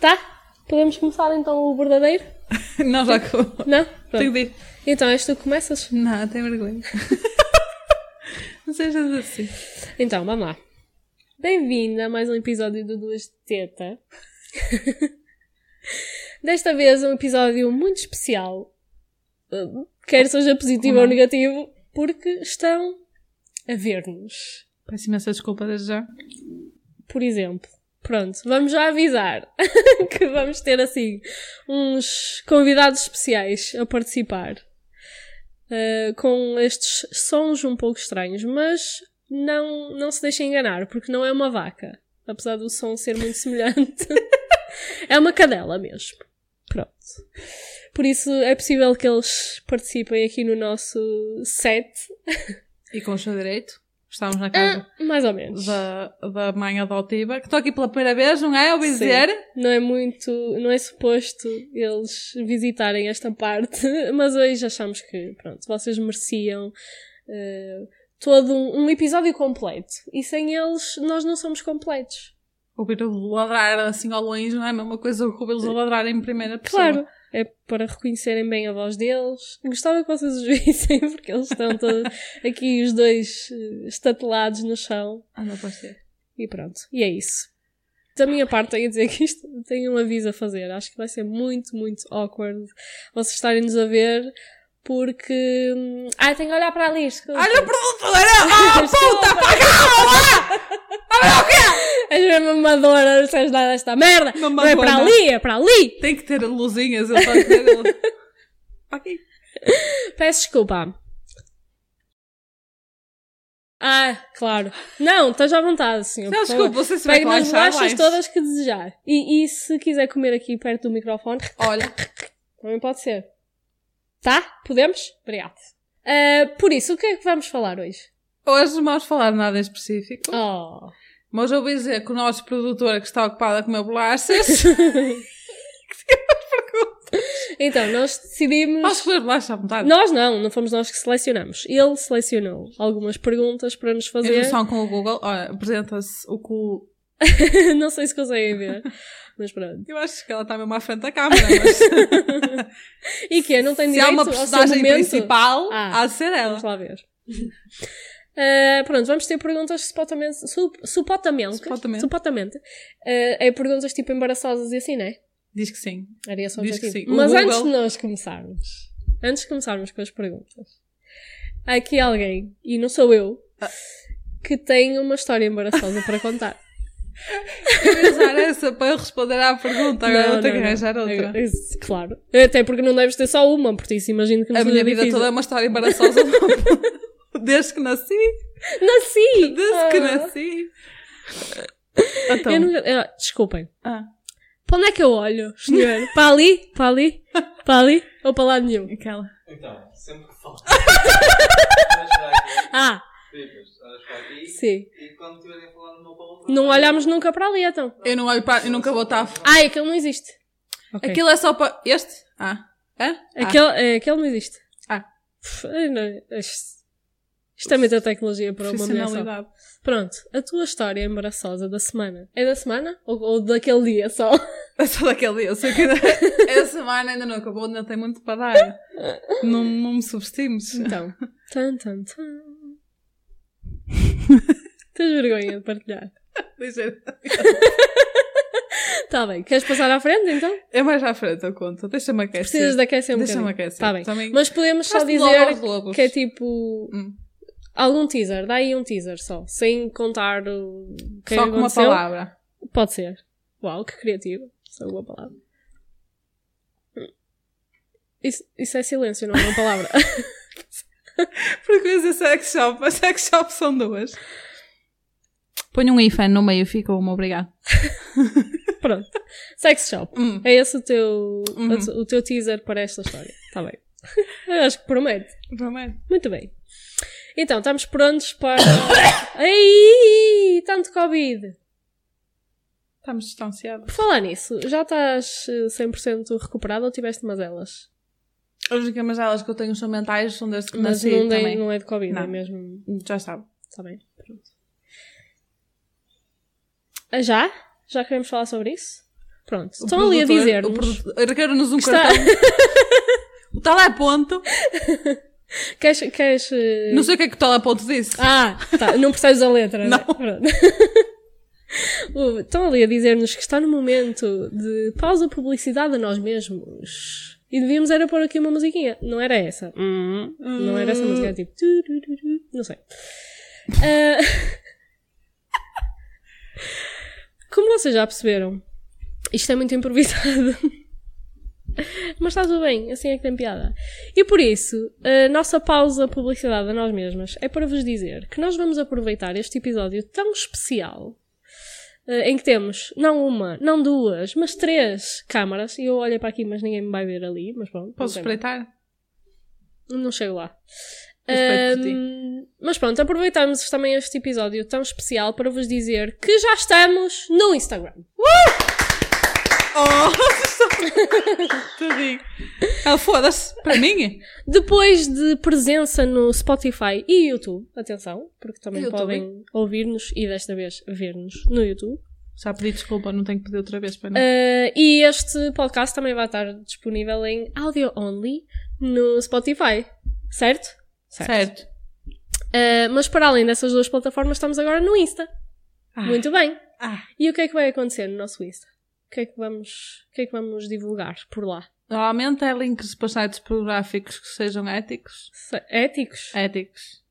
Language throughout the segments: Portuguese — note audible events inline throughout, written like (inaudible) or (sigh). Tá? Podemos começar então o verdadeiro? (laughs) Não, já acabou. Não? Tenho Pronto. de ir. Então és tu que começas? Não, tem vergonha. (laughs) Não sejas assim. Então, vamos lá. Bem-vinda a mais um episódio do Duas de Teta. (laughs) Desta vez um episódio muito especial. Uh, Quer seja positivo Ou ou, não. negativo, porque estão a ver-nos. Peço imensa desculpa desde já. Por exemplo. Pronto, vamos já avisar (laughs) que vamos ter assim uns convidados especiais a participar. Uh, com estes sons um pouco estranhos, mas não, não se deixem enganar, porque não é uma vaca, apesar do som ser muito semelhante. (laughs) é uma cadela mesmo. Pronto. Por isso é possível que eles participem aqui no nosso set, E com o seu direito, Ah. estávamos na casa mais ou menos. da, da mãe adotiva, que estou aqui pela primeira vez, não é? Ouvi Sim. dizer? Não é muito, não é suposto eles visitarem esta parte, (laughs) mas hoje achamos que, pronto, vocês mereciam eh, todo um, um episódio completo. E sem eles, nós não somos completos. Ouvir o ladrar assim ao longe não é a mesma coisa que ouvi-los a ladrar em primeira pessoa. Claro, é para reconhecerem bem a voz deles. Gostava que vocês os (laughs) vissem, porque eles estão todos aqui, os dois eh, estatelados no chão. Ah, não pode ser. E pronto, e é isso. Da minha parte, tenho a dizer que isto tenho um aviso a fazer. Acho que vai ser muito, muito awkward vocês estarem-nos a ver, porque. hum, Ai, tenho que olhar para ali. Olha a produtora! Oh, puta! para És mesmo mamadora, não sabes nada desta merda! Não é Mamadona. para ali, é para ali! Tem que ter luzinhas, eu só dizer. Para aqui. Peço desculpa. Ah, claro. Não, estás à vontade, senhor. Não, por favor. desculpa, você se vai Pegue nas relaxar bolachas mais. todas que desejar. E, e se quiser comer aqui perto do microfone, Olha, Também pode ser. Tá? Podemos? Obrigado. Ah, por isso, o que é que vamos falar hoje? hoje não vamos falar de nada em específico. Oh. Mas ouvi dizer que o nosso produtor que está ocupado a (laughs) comer bolachas. que tinha umas perguntas. Então, nós decidimos. Posso comer bolacha à vontade? Nós não, não fomos nós que selecionamos. Ele selecionou algumas perguntas para nos Em fazer. relação com o Google, olha, apresenta-se o cu. (laughs) não sei se conseguem ver. Mas pronto. Eu acho que ela está mesmo à frente da (laughs) câmara, mas se E que Não tem há direito uma ao seu personagem momento? principal, Ah. há de ser ela. Vamos lá ver. Ah, pronto, vamos ter perguntas supostamente. Sup, supostamente. Supostamente. supostamente. Ah, é perguntas tipo embaraçosas e assim, não é? Diz (laughs) que sim. Era esse o Diz que objetivo. sim. O Mas Google- antes de nós começarmos, antes de começarmos com as perguntas, há aqui alguém, e não sou eu, Ah. que tem uma história embaraçosa para (laughs) contar. Eu ia usar essa para eu responder à pergunta, Tá, agora Não, vou ter que não, não. arranjar outra. Agora, isso, Claro. Até porque não deves ter só uma, porque isso imagino que A minha vida toda é uma história embaraçosa. (laughs) Desde que nasci. Nasci! Desde que é Ah. (laughs) nasci. Eu Então. nunca- ah, desculpem. Ah, Para onde é que eu olho, senhor? para ali? Para ali? Para ali? Ou para lado nenhum? aquela. Então, sempre que (laughs) falas, olhas para aqui, Ah, é ficas, olhas para aqui sim. e quando estiverem a falar numa palavra. Não olhámos nunca para ali, então. Eu não olho para. Eu nunca vou estar. a- Ah, aquele não existe. Ok. Aquilo é só para. Este? Ah. Hã? Ah. Aquele, é, aquele não existe. Ah. Pff, eu não- Isto isto é muita tecnologia para uma mulher só. Profissionalidade. Pronto, a tua história embaraçosa da semana. É da semana? Ou, ou daquele dia só? É só daquele dia. (laughs) Eu sei (laughs) que a semana ainda não acabou, ainda tem muito para dar. Não, não me subestimes. (laughs) Então. (laughs) tan, tan, tan. Tens vergonha de partilhar. Ligeiro. Tá bem, queres passar à frente então? É mais à frente, eu conto. Deixa-me aquecer. Precisas de aquecer um Deixa-me bocadinho. aquecer. Então Tá bem. Também- Mas podemos só Faz-te logo aos dizer lobos. que é tipo. Hum. Algum teaser, dá aí um teaser só, sem contar o que é Só que com uma aconteceu. palavra. Pode ser. Uau, que criativo. Só uma palavra. Isso, isso é silêncio, não é uma palavra. (laughs) Porque é sex shop, mas sex shop são duas. Põe um hífen no meio e fica uma, obrigado. Pronto. Sex Shop. Hum. É esse o teu, Uhum. a tu- o teu teaser para esta história. Está bem. (laughs) Eu acho que promete. Prometo. Muito bem. Então, estamos prontos para. (coughs) Ai, tanto Covid. Estamos distanciados. Por falar nisso, já estás eh, 100% recuperado ou tiveste mazelas? As únicas mazelas que eu tenho são mentais, são desde que Mas nasci não, dei- também. não é de Covid, é Não. mesmo. Já sabe. Está bem, pronto. Ah, Já? Já queremos falar sobre isso? Pronto, estão ali a dizer-nos Ergueram-nos um que (laughs) está- cartão. O teleponto. Queres, queres, eh, Não sei o que é que o teleponto disse. Ah, tá, não percebes a letra. né? Não. (laughs) Pronto. O- Estão ali a dizer-nos que está no momento de pausa publicidade a nós mesmos. E devíamos era pôr aqui uma musiquinha. Não era essa. Hum, Não era essa música, era tipo. turururu, Não sei. Ah, (laughs) Como vocês já perceberam, isto é muito improvisado. (laughs) Mas está tudo bem, assim é que tem piada. E por isso, a nossa pausa publicidade a nós mesmas é para vos dizer que nós vamos aproveitar este episódio tão especial eh, em que temos não uma, não duas, mas três câmaras. E eu olho para aqui, mas ninguém me vai ver ali. Mas pronto, Posso não, tem- espreitar? não chego lá. Respeito por ti. Ahm, mas pronto, aproveitamos também este episódio tão especial para vos dizer que já estamos no Instagram. Oh, (laughs) tadinho. Ela Ah, foda-se. Para mim? Depois de presença no Spotify e YouTube, atenção, porque também YouTube. podem ouvir-nos e desta vez ver-nos no YouTube. Já pedi desculpa, não tenho que pedir outra vez para não. Uh, e este podcast também vai estar disponível em audio only no Spotify, certo? Ah, certo. Uh, mas para além dessas duas plataformas, estamos agora no Insta. Ah, Muito bem. ah. E o que é que vai acontecer no nosso Insta? O que é que vamos, o que é que vamos divulgar por lá? Normalmente é links para sites pornográficos que sejam éticos. Se- Éticos? É. Éticos.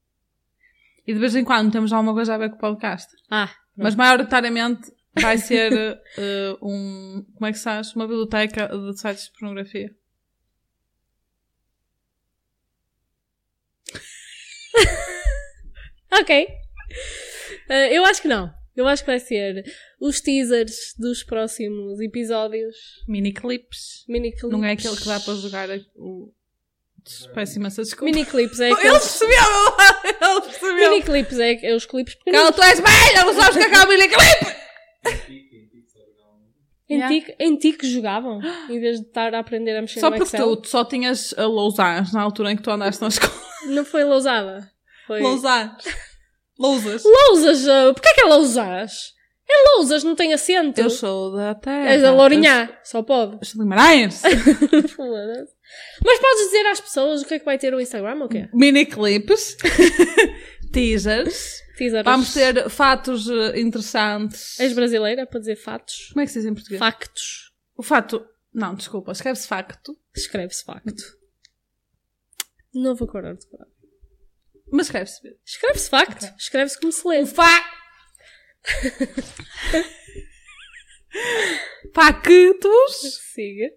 E de vez em quando temos alguma coisa a ver com o podcast. Ah, Mas maioritariamente vai ser (laughs) eh, um. Como é que se chama? Uma biblioteca de sites de pornografia. Ok. Eh, eu acho que não. Eu acho que vai ser os teasers dos próximos episódios. Mini clips. Mini clips. Não é aquele que dá para jogar a- o. Péssima essa desculpa. (laughs) Mini clips é Ele aqueles. percebeu! Ele percebeu! Mini clips é, é os clipes pequeninos. Cala, tu és velha! Não sabes o que é que é o mini clip! Em, ti, em ti que jogavam, em vez de estar a aprender a mexer Só no porque Excel. tu, tu só tinhas a Lousãs na altura em que tu andaste na escola. Não foi lousada. Foi. Lousãs. Lousas. Lousas! ah, Porquê que é lousas? É lousas, não tem acento. Eu sou da terra. És da Lourinhá, só pode. Eu sou de (laughs) Guimarães. Foda-se. Mas podes dizer às pessoas o que é que vai ter o Instagram ou o quê? mini clips. (laughs) Teasers. Teasers. Vamos ter fatos eh, interessantes. És brasileira para dizer fatos. Como é que se diz em português? Factos. O fato. Não, desculpa. Escreve-se facto. Escreve-se facto. Não vou acordar de parar. Mas escreve-se. Escreve-se facto. Escreve-se como se lê. Fa. Factos Siga.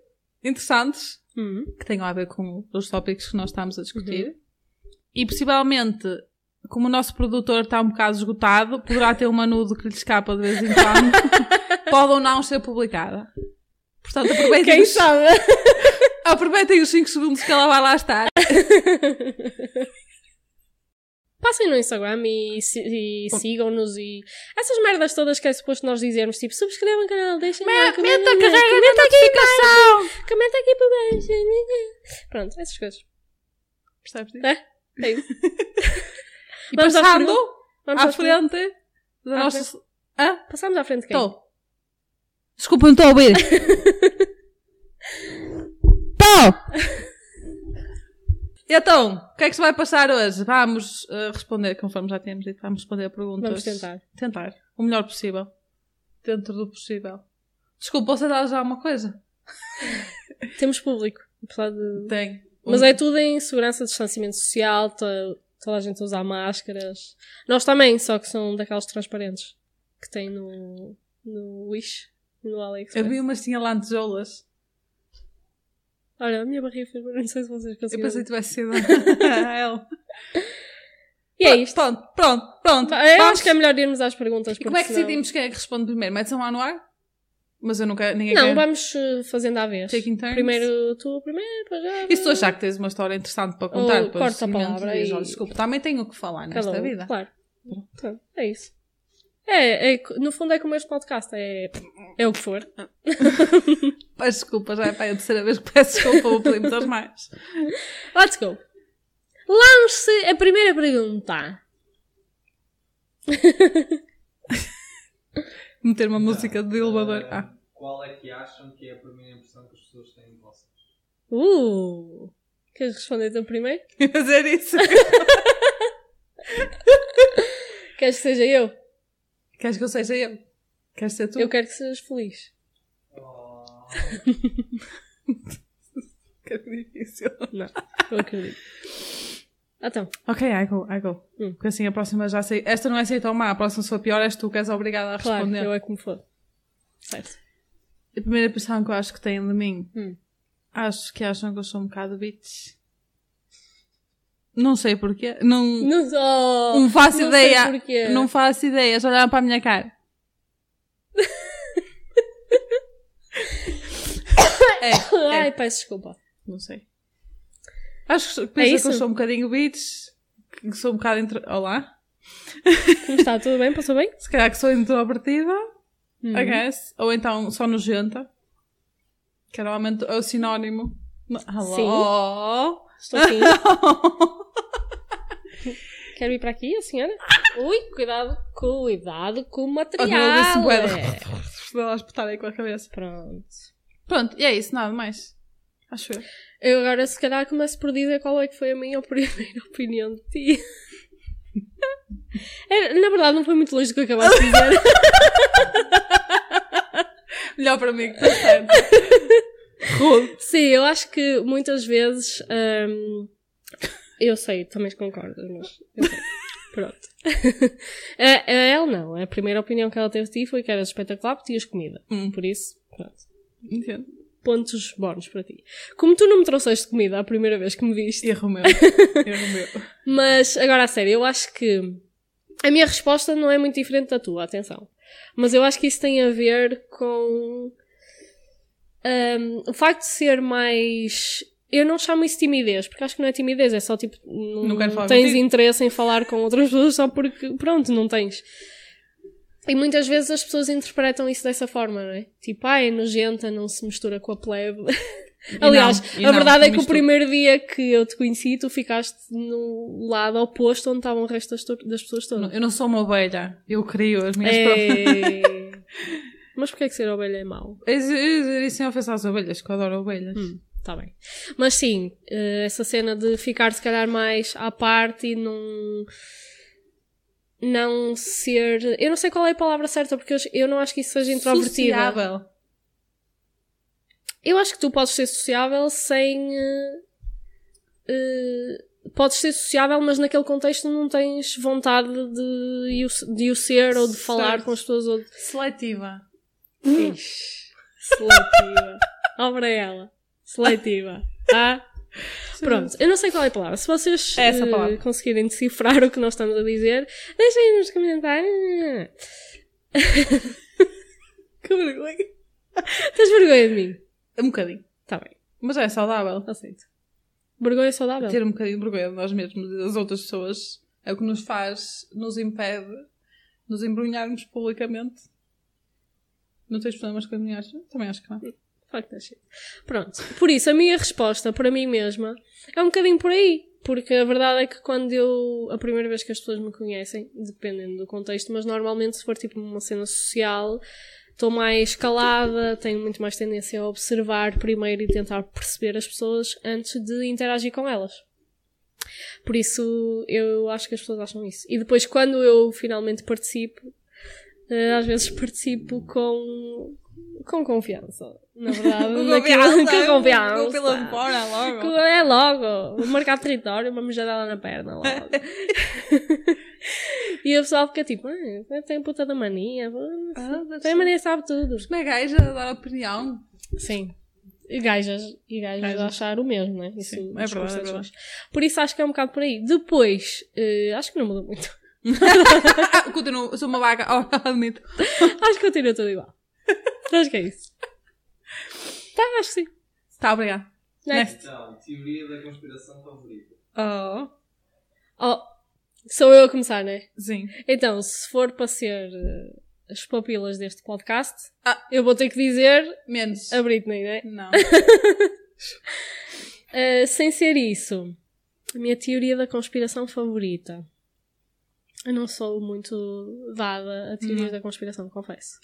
interessantes. Hum. que tenham a ver com os tópicos que nós estamos a Uhum. discutir. E possivelmente, como o nosso produtor está um bocado esgotado, poderá ter uma nude que lhe escapa de vez em quando. (laughs) Pode ou não ser publicada. Portanto, (laughs) aproveitem Quem os, sabe? aproveitem os 5 segundos que ela vai lá estar. É, Passem no Instagram e, si- e sigam-nos e essas merdas todas que é suposto nós dizermos, tipo, subscrevam o canal, deixem lá, comentem, comenta aqui notificação. comenta aqui para baixo. Pronto, essas coisas. Percebes disso? É, é (laughs) isso. E Vamos às passando perguntas? Vamos à às perguntas. frente Então, da À nossa... Hã? Passamos à frente, quem? Estou. Desculpa, não estou a (laughs) ouvir. Estou! Então, o que é que se vai passar hoje? Vamos eh, responder, conforme já tínhamos dito, vamos responder a perguntas. Vamos tentar. Tentar. O melhor possível. Dentro do possível. Desculpa, você dá já alguma coisa? Temos público. Apesar de... Tem. Um. Mas é tudo em segurança, distanciamento social, to- toda a gente usa máscaras. Nós também, só que são daquelas transparentes que tem no, no Wish e no Eu AliExpress. vi umas tinha lá tesoulas. Olha, a minha barriga fez barulho, não sei se vocês Eu conseguiram. pensei que tivesse sido (laughs) a ela. E é isto. Pronto, pronto, pronto. Ba- Eu Vamos. acho que é melhor irmos às perguntas. E como é que senão- decidimos quem é que responde primeiro? Metes um lá no ar? Mas eu nunca. Ninguém Não, quer. vamos eh, fazendo à vez. Taking turns. Primeiro tu, primeiro, depois já. E se tu achar que tens uma história interessante para contar, Ou depois Oh, corta a simplesmente palavra dizes, e- "Olha, desculpa, também tenho o que falar é nesta Cada um, vida. Claro. Então, é isso. É, é, no fundo é como este podcast, é, é o que for. Peço desculpa, já é para a terceira vez que peço desculpa, vou pedir muitas mais. Let's go. Lance a primeira pergunta. Meter uma música de elevador. Ah, qual é que acham que é a primeira impressão que as pessoas têm de vocês? Uh! Queres responder tu primeiro? Fazer isso. (laughs) Queres que seja eu? Queres que eu seja eu? Queres ser tu? Eu quero que sejas feliz. Oh, quero difícil. Não, não acredito. Então, Ok, I go, I go. Hum. Porque assim a próxima já sei. Esta não é assim tão má, a próxima se for pior és tu que és obrigada a claro, responder. eu é como for. Certo. A primeira impressão que eu acho que têm de mim, Hum. acho que acham que eu sou um bocado bitch. Não sei porquê. Não, Não, oh, não, faço não ideia. Sei porquê. (laughs) Não faço ideia. Já olharam para a minha cara. é, Ai, peço desculpa. não sei. Acho que pensa que isso? eu sou um bocadinho bitch, que sou um bocado entre. Olá? Como está? Tudo bem? Passou bem? Se calhar que sou introvertida, Hum. I guess. Ou então só nojenta. Que normalmente é o sinónimo. Hello. (laughs) Estou aqui. Quero ir para aqui, a senhora? Ah! Ui, cuidado, cuidado com o material. é. Se elas botarem com a cabeça. Pronto. Pronto, e é isso, nada mais. Acho eu. Eu agora, se calhar, começo por dizer qual é que foi a minha (laughs) primeira opinião de ti. (laughs) Era- na verdade, não foi muito longe do que eu acabaste de dizer. Melhor para mim que está certo. (laughs) Rude. Sim, eu acho que muitas vezes. hum, eu sei, também concordas, mas. eu sei. Pronto. (laughs) a, a ela não. A primeira opinião que ela teve de ti foi que eras espetacular porque tinhas comida. Hum. Por isso, pronto. Entendo. Pontos bónus para ti. Como tu não me trouxeste comida a primeira vez que me viste, Erro (laughs) meu. Erro meu. Mas, agora a sério, eu acho que a minha resposta não é muito diferente da tua, atenção. Mas eu acho que isso tem a ver com hum, o facto de ser mais. Eu não chamo isso de timidez, porque acho que não é timidez, é só tipo. Não, Não quero falar tens contigo. interesse em falar com outras pessoas só porque, pronto, não tens. E muitas vezes as pessoas interpretam isso dessa forma, não é? Tipo, ah, é nojenta, não se mistura com a plebe. Aliás, não, e a não, verdade é que o mistura. primeiro dia que eu te conheci, tu ficaste no lado oposto onde estavam o resto das, to- das pessoas todas. Eu não sou uma ovelha. Eu crio as minhas próprias. É... (laughs) Mas porquê é que ser ovelha é mau? Isso- Isso isso sem ofensa às ovelhas, que eu adoro ovelhas. Tá bem. Mas sim, eh, essa cena de ficar se calhar mais à parte e não. Não ser. Eu não sei qual é a palavra certa, porque eu- eu não acho que isso seja introvertida. Sociável. Eu acho que tu podes ser sociável sem. eh, eh, podes ser sociável, mas naquele contexto não tens vontade de, o- de o ser ou de falar Certo. com as pessoas ou de. Seletiva. Ixi, seletiva. (laughs) Obra ela. Seletiva. Ah? Pronto, eu não sei qual é a palavra. Se vocês É essa a eh, palavra. conseguirem decifrar o que nós estamos a dizer, deixem nos (laughs) comentários. (laughs) Que vergonha. Tens vergonha de mim? Um bocadinho. Tá bem, Mas é saudável. aceito. Vergonha saudável? Ter um bocadinho de vergonha de nós mesmos e das outras pessoas é o que nos faz, nos impede nos embrulharmos publicamente. Não tens problemas com a minha acha? Também acho que não. Fuck that shit. Pronto. Por isso, a minha resposta para mim mesma é um bocadinho por aí. Porque a verdade é que quando eu. A primeira vez que as pessoas me conhecem, dependendo do contexto, mas normalmente se for tipo uma cena social, estou mais calada, tenho muito mais tendência a observar primeiro e tentar perceber as pessoas antes de interagir com elas. Por isso, eu acho que as pessoas acham isso. E depois, quando eu finalmente participo, eh, às vezes participo com, com confiança. Na verdade, naquilo- com confiança. Com pela de fora, (laughs) logo. Com- É logo. Vou marcar território, uma mijadela na perna (laughs) logo. e o pessoal fica tipo, ah, tem puta da mania. vou- Ah, deve Tem ser. mania, sabe tudo. Como é gaja a dar opinião? Sim. E gajas, e gajas, Gajas. a achar o mesmo, né? Isso Sim, é os verdade, é conceitos. verdade. Por isso acho que é um bocado por aí. Depois, eh, acho que não mudou muito. (laughs) Ah, continuo, sou uma vaca. Oh, (laughs) admito. acho que continua tudo (laughs) igual. acho que é isso. Tá, acho que sim. né? Tá, obrigada. Next. Então, teoria da conspiração favorita. Oh. Oh, sou eu a começar, né? Sim. Então, se for para ser eh, as papilas deste podcast, Ah. eu vou ter que dizer Menos. a Britney, né? (laughs) Não. Eh, sem ser isso, a minha teoria da conspiração favorita. Eu não sou muito dada a teorias da conspiração, confesso.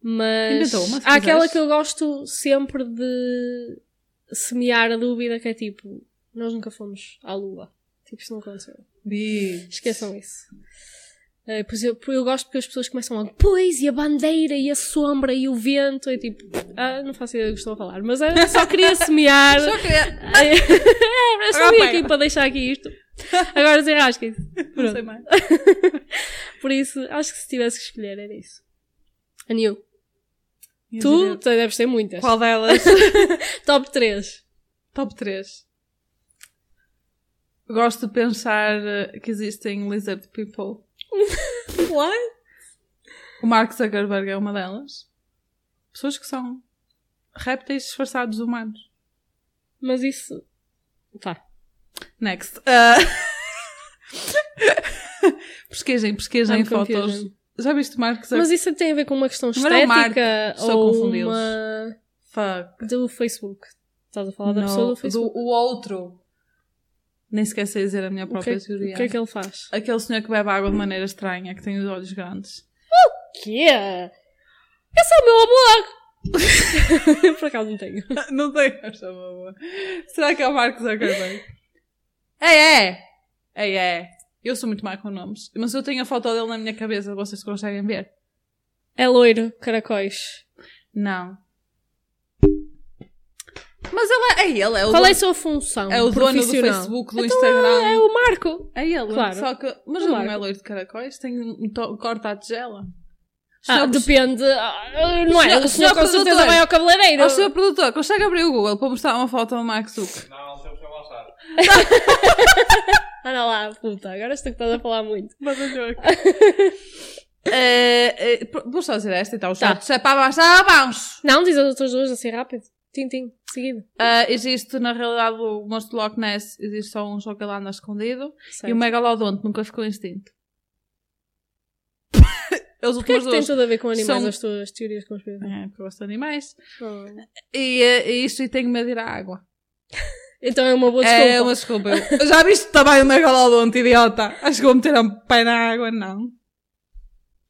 Mas Inventa uma, se há aquela quiseres. que eu gosto sempre de semear a dúvida que é tipo, nós nunca fomos à lua. Tipo, isto não aconteceu. Bi. Esqueçam isso. Eh, pois eu, eu gosto porque as pessoas começam logo, pois, e a bandeira, e a sombra, e o vento, e tipo, ah, não faço ideia do que estou a falar, mas eu só queria semear. (laughs) Só (laughs) que- é, eu só vim Agora aqui pega. para deixar aqui isto. Agora desenrasquem-se. Não sei mais. Por isso, acho que se tivesse que escolher, era isso. A New. Ia Tu dizer- te- deves ter muitas. Qual (laughs) delas? Top 3. Top 3. Gosto de pensar eh, que existem lizard (laughs) people. What? O Mark Zuckerberg é uma delas. Pessoas que são répteis disfarçados de humanos. Mas isso. Tá. Next. Uh... (laughs) pesquisem, pesquisem I'm fotos. confused. Já viste o Mark Zuckerberg? Mas isso tem a ver com uma questão Mas é o Mark. estética Estou a ou confundi-los. uma Fuck. do Facebook. Estás a falar da Não, pessoa do Facebook? do- o outro. Nem sequer sei dizer a minha O que, é- própria teoria. o que é que ele faz? Aquele senhor que bebe água de maneira estranha, que tem os olhos grandes. (laughs) Que é? Esse é o meu (laughs) amor! Por acaso não tenho. Não tem essa boa. Será que é o Mark (laughs) Zuckerberg? É, é! É, é. Eu sou muito má com nomes. Mas eu tenho a foto dele na minha cabeça, vocês conseguem ver? É loiro, caracóis. Não. Mas ele é, é ele, é o, Qual é a dono, sua função? é o dono do profissional? Facebook, do Instagram. É o Marco. É ele, Claro. só que. Mas ele não é Claro. loiro de caracóis, tem um to- corte à tigela. Ah, Senhor- depende. Ah, Não é? Senhor- O senhor senhor com certeza produtor. vai ao cabeleireiro. Ó, senhor é produtor, consegue abrir o Google para mostrar uma foto ao Mark Zuckerberg? Não, não sei o que eu vou achar. Anda lá, puta. Agora estou que estás a falar muito. (laughs) Eh, eh, pr- Vou só dizer esta então. Tá. Tá. Se é para avançar, avanço! Não, diz as outras duas assim rápido. Tim, tim. Seguido. Ah, existe, na realidade, o monstro de Loch Ness, existe só um só que ele anda escondido. E Certo. o megalodonte nunca (laughs) ficou extinto. Eles O que é que últimos tem dois. tudo a ver com animais são- as tuas teorias conspiratórias? É, porque eu gosto de animais. Ah. E, eh, e isso e tenho medo de ir à água. Então é uma boa desculpa. É uma desculpa. Eu já viste também o megalodonte, idiota? Acho que vou meter um pé na água, não.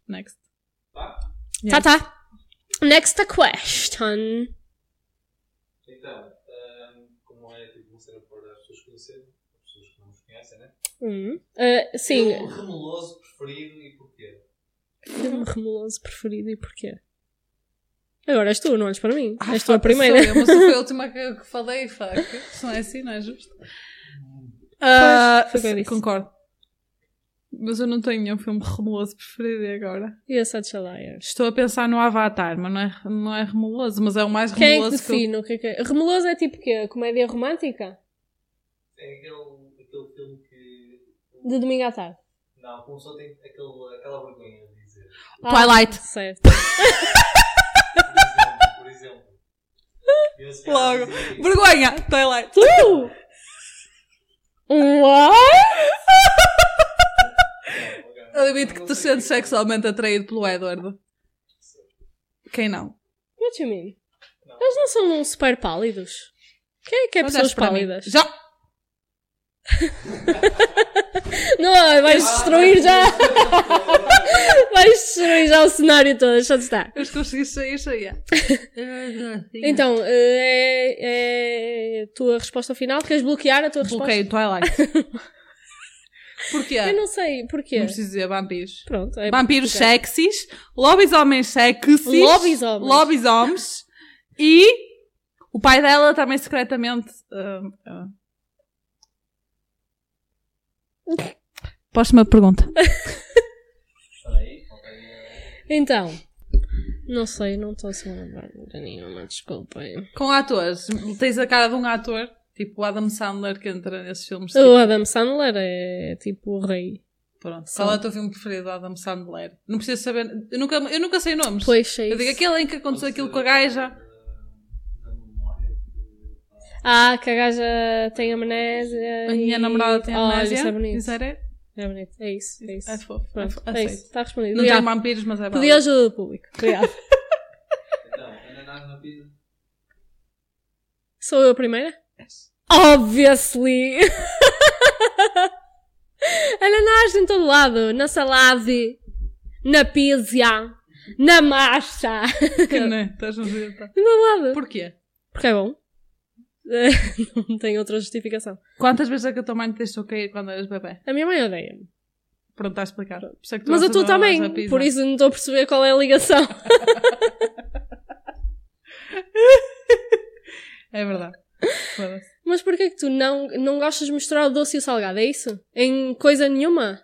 Next. Tá? Tá, tá. Next question. Então, ahm, como é tipo uma cena para as pessoas conhecerem, as pessoas que não nos conhecem, né? Hum. Ah, sim. Teu remeloso preferido e porquê? Filme remuloso preferido e porquê? Agora és tu, não olhes para mim. és tu a fuck, primeira. Ah, Sou eu, mas (laughs) foi a última que, que falei, fuck. Se não é assim, não é justo. Ah, foi o que eu sim, disse. concordo. Mas eu não tenho nenhum filme remuloso preferido e agora. (laughs) E a Such a Liar. Estou a pensar no Avatar, mas não é, não é remuloso, mas é o mais Quem é que remuloso que, eu... define? o que é que é? Remuloso é tipo quê? Comédia romântica? É aquele, aquele filme que. De domingo à (laughs) tarde. Não, como só tem aquele, aquela vergonha de dizer. Twilight. Certo. Por exemplo. assim, Por exemplo. Logo. Vergonha! Twilight. Tu! What? Eu admito que tu sentes sexualmente atraído pelo Edward. Quem não? What you mean? é Eles não são um super pálidos? Quem é que é Mas pessoas acho para mim. pálidas? Já! Não, vais destruir já! (laughs) vais destruir já o cenário todo, deixa de estar. Eu consegui sair, saía. (laughs) Então, eh, é, é a tua resposta final? Queres bloquear a tua resposta? Bloqueio Twilight. (laughs) Porquê? Eu não sei porquê. Não preciso dizer vampiros. Pronto, é vampiros português. sexys, lobisomens sexys, Lobisomens. lobisomens, e o pai dela também secretamente. ah, ah. Próxima hum. pergunta. Então, não sei, não estou a me lembrar de nenhuma, desculpa. Com atores, tens a cara de um ator, tipo o Adam Sandler que entra nesses filmes. tipo, O Adam Sandler é tipo o rei. Pronto. Qual é o teu filme preferido do Adam Sandler? Não preciso saber. Eu nunca, eu nunca sei nomes. Pois sei. Eu digo aquele em que aconteceu aquilo com a gaja. Ah, que a gaja tem amnésia. A minha e- namorada tem Olha, amnésia. Isso é bonito. Isso era- É bonito. É isso, é isso. É fofo. é Pronto, fofo, é isso. aceito. Está respondido. Não Obrigado. tem vampiros, mas é Pedi válido. ajuda do público. Obrigado. Então, ananás na pizza. Sou eu a primeira? Obviously! (laughs) Ananás em todo lado, na salade, na pizza, Na (laughs) massa! (laughs) Que né? Estás a ver? Tá. Não há nada. Porquê? Porque é bom. (laughs) Não tem outra justificação. Quantas vezes é que a tua mãe te deixou cair quando eras bebê? A minha mãe odeia-me. Pronto, está a explicar. Por isso é que tu Mas a gostas tua da também, massa pizza. por isso não estou a perceber qual é a ligação. (laughs) É verdade. Foda-se. Mas porquê que tu não, não gostas de misturar o doce e o salgado? É isso? Em coisa nenhuma?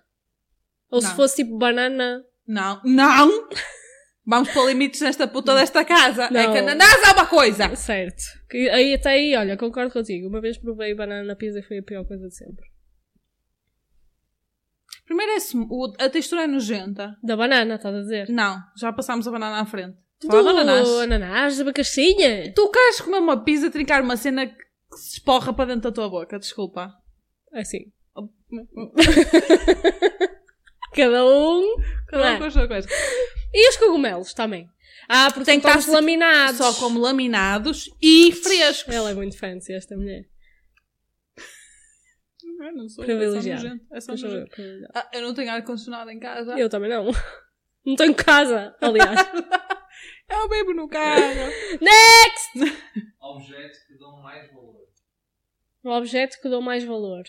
Ou se Não. fosse tipo banana? Não, não! Vamos pôr limites nesta puta desta casa. É Não. que ananás é uma coisa! Certo. Que aí até aí, olha, concordo contigo. Uma vez provei banana na pizza e foi a pior coisa de sempre. Primeiro é sm- o- a textura é nojenta. Da banana, estás a dizer? Não, já passámos a banana à frente. Do Fala ananás. ananás, da bacaxinha. Tu queres comer uma pizza, trincar uma cena que se esporra para dentro da tua boca, desculpa. Assim. (laughs) Cada um. Cada um Não. com a sua coisa. E os cogumelos também. Ah, porque Tem tem que estar que laminados. Só como laminados e frescos. Ela é muito fancy, esta mulher. Não, não sou, Privilegiada. É só nojento, é só Deixa eu nojento. ver, peraí, olha. Ah, eu não tenho ar-condicionado em casa. Eu também não. (laughs) Não tenho casa, (laughs) aliás. Eu bebo no carro. Objetos que dão mais valor. o objeto que dou mais valor.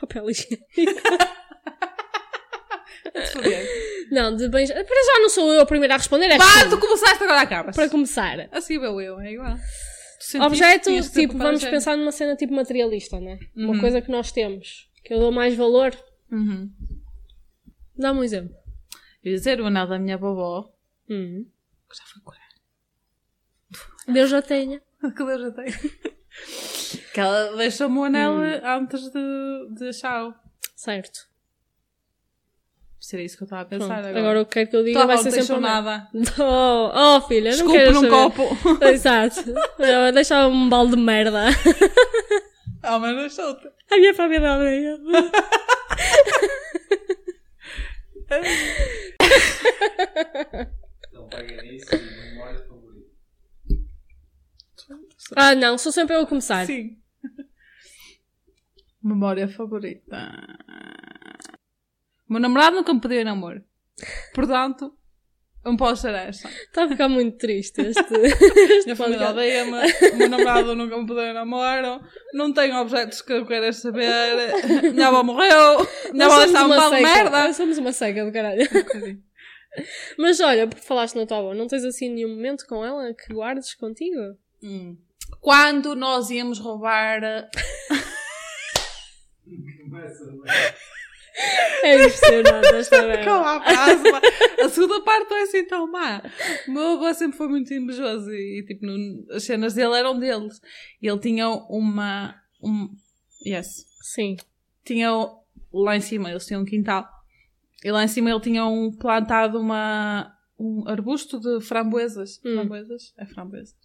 Papel higiênico. Excelente. Não, de bens... Para já não sou eu a primeira a responder. É Pá, tu. tu começaste agora acabas. Para começar. Assim bebo eu, é igual. Tu sentiste que Objeto, tinhas de ter tipo, papel vamos higiênico? pensar numa cena tipo materialista, né? Uhum. Uma coisa que nós temos. Que eu dou mais valor. Uhum. Dá-me um exemplo. Eu ia dizer o anel da minha (laughs) vovó. Hum. que Já foi curar. Deus já tenha. Que Deus já tem. Que ela deixou-me o anel Hum. antes de, de achar. Certo. Seria isso que eu estava a pensar Pronto. agora. Agora. o que quero que eu diga Tá vai bom, ser deixou sempre o mesmo. (laughs) nada. Oh, oh filha, não Desculpe quero num saber. copo. (laughs) Exato. Eu deixava um balde de merda. (laughs) (laughs) Ah, mas não solta. A minha família (laughs) odeia. Então pega nisso e memória favorita. (laughs) Ah, não, sou sempre eu a começar. Sim. (laughs) Memória favorita. O meu namorado nunca me pediu em namoro. Portanto, não posso ser esta. Está Tá a ficar muito triste (laughs) este. Minha este família podcast. odeia-me, o meu namorado nunca me pediu em namoro, não tenho objetos que eu queira saber, (laughs) minha avó morreu, minha Nós avó somos está um uma mal de seca. merda. Nós somos uma seca do caralho. (laughs) Mas olha, porque falaste na tua avó, não tens assim nenhum momento com ela que guardes contigo? Hum. Quando nós íamos roubar Começa bem. É impressionante (laughs) esta merda. Calma, a frase, má. A segunda parte não é assim tão má. O meu avô sempre foi muito invejoso e, e, tipo, não- as cenas dele eram deles. E ele tinha uma. Um, yes. Sim. Tinha o- lá em cima, eles tinham um quintal. E lá em cima ele tinha um, plantado uma, um arbusto de framboesas. Hum. Framboesas? É framboesas.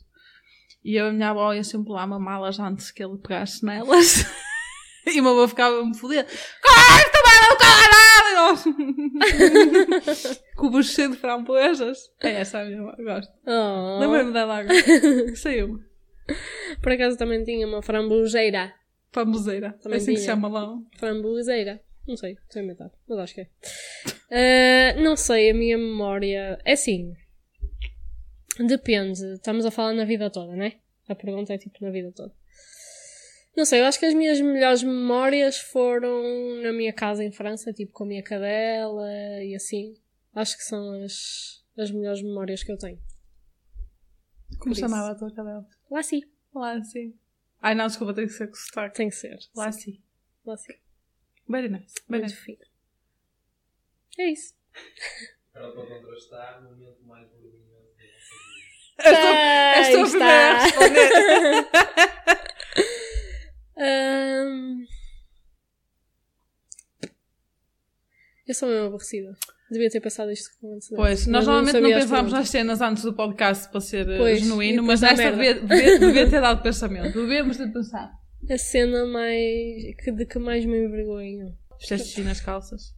E eu e a minha avó ia sempre lá mamá-las antes que ele pegasse nelas. (laughs) e o meu avô ficava-me foder. Corta, vai não calar nada! E nós, (laughs) cubos cheio de framboesas. É essa a minha avó, gosto. Oh. Lembrei-me dela agora. Saiu-me. Por acaso também tinha uma frambujeira. Famoseira. É Também assim que se tinha. chama lá. Framboeseira. Não sei, estou a inventar, mas acho que é. Ah, não sei, a minha memória. É assim. Depende. Estamos a falar na vida toda, né? A pergunta é tipo na vida toda. Não sei, eu acho que as minhas melhores memórias foram na minha casa em França, tipo com a minha cadela e assim. Acho que são as, as melhores memórias que eu tenho. Como Por chamava a tua cadela? Lá sim, Lassie. Ai não, desculpa, tem que ser com sotaque. tem que ser. Lá, Lassie. lá sim. Very nice. Very Muito nice. fino. É isso. Para para contrastar, momento mais vergonhoso da nossa vida. És tu é a primeira Está. a responder. Ahm. Eu sou mesmo aborrecida. Devia ter pensado isto com ansiedade. Pois, Mas nós normalmente não sabia as pensámos perguntas. nas cenas antes do podcast para ser eh, Pois, genuíno, e mas depois dá nesta devia, merda. devia, devia ter dado pensamento. Devemos ter pensado. A cena mais... que- de que mais me envergonho. Fizeste é xixi nas calças.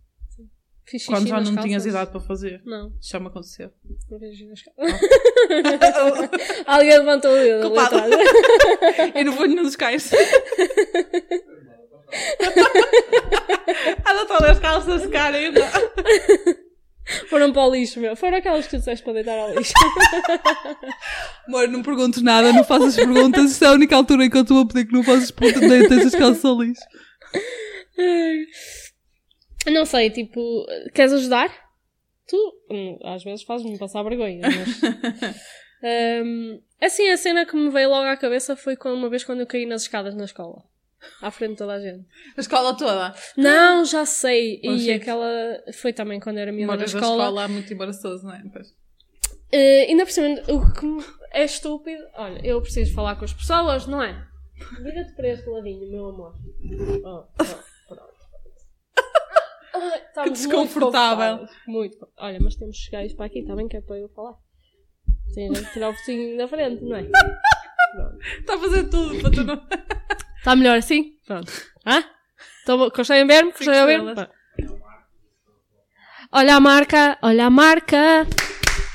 Fiz xixi Quando já nas não tinhas calças? idade para fazer. Não, Já me aconteceu. não fiz xixi nas calças. (laughs) Alguém levantou o dedo ali Ah. Culpado. atrás. e no banho (laughs) não (laughs) descais. Anda todas as calças a secar ainda. Foram para o lixo, meu. Foram aquelas que tu disseste para deitar ao lixo. Amor, não perguntes nada, não faças perguntas. Isto é a única altura em que eu estou a pedir que não faças perguntas, nem tens as calças ao lixo. Não sei, tipo, queres ajudar? Tu, hum, às vezes fazes-me passar vergonha, mas. (laughs) Hum, assim, a cena que me veio logo à cabeça foi quando- uma vez quando eu caí nas escadas na escola. À frente de toda a gente. A escola toda. Não, já sei. Ah. Oh, E shit. aquela foi também quando era minha Uma na vez a escola. escola é muito embaraçoso, não é? Pois. Eh, ainda por cima, o que me é estúpido. Olha, eu preciso falar com as pessoas, não é? Vira-te para este ladinho, meu amor. Oh, oh, pronto. Ai, (laughs) está Que muito desconfortável. confortável. Muito. confortável. Olha, mas temos que chegar isto para aqui, está bem? Que é para eu falar. Sim, vamos tirar o focinho da frente, não é? Pronto. Está a fazer tudo para tu não. Está melhor assim? Pronto. Hã? Então, bo- Conseguem ver-me? Conseguem ouvir-me? estrelas. Pronto. Olha a marca, olha a marca,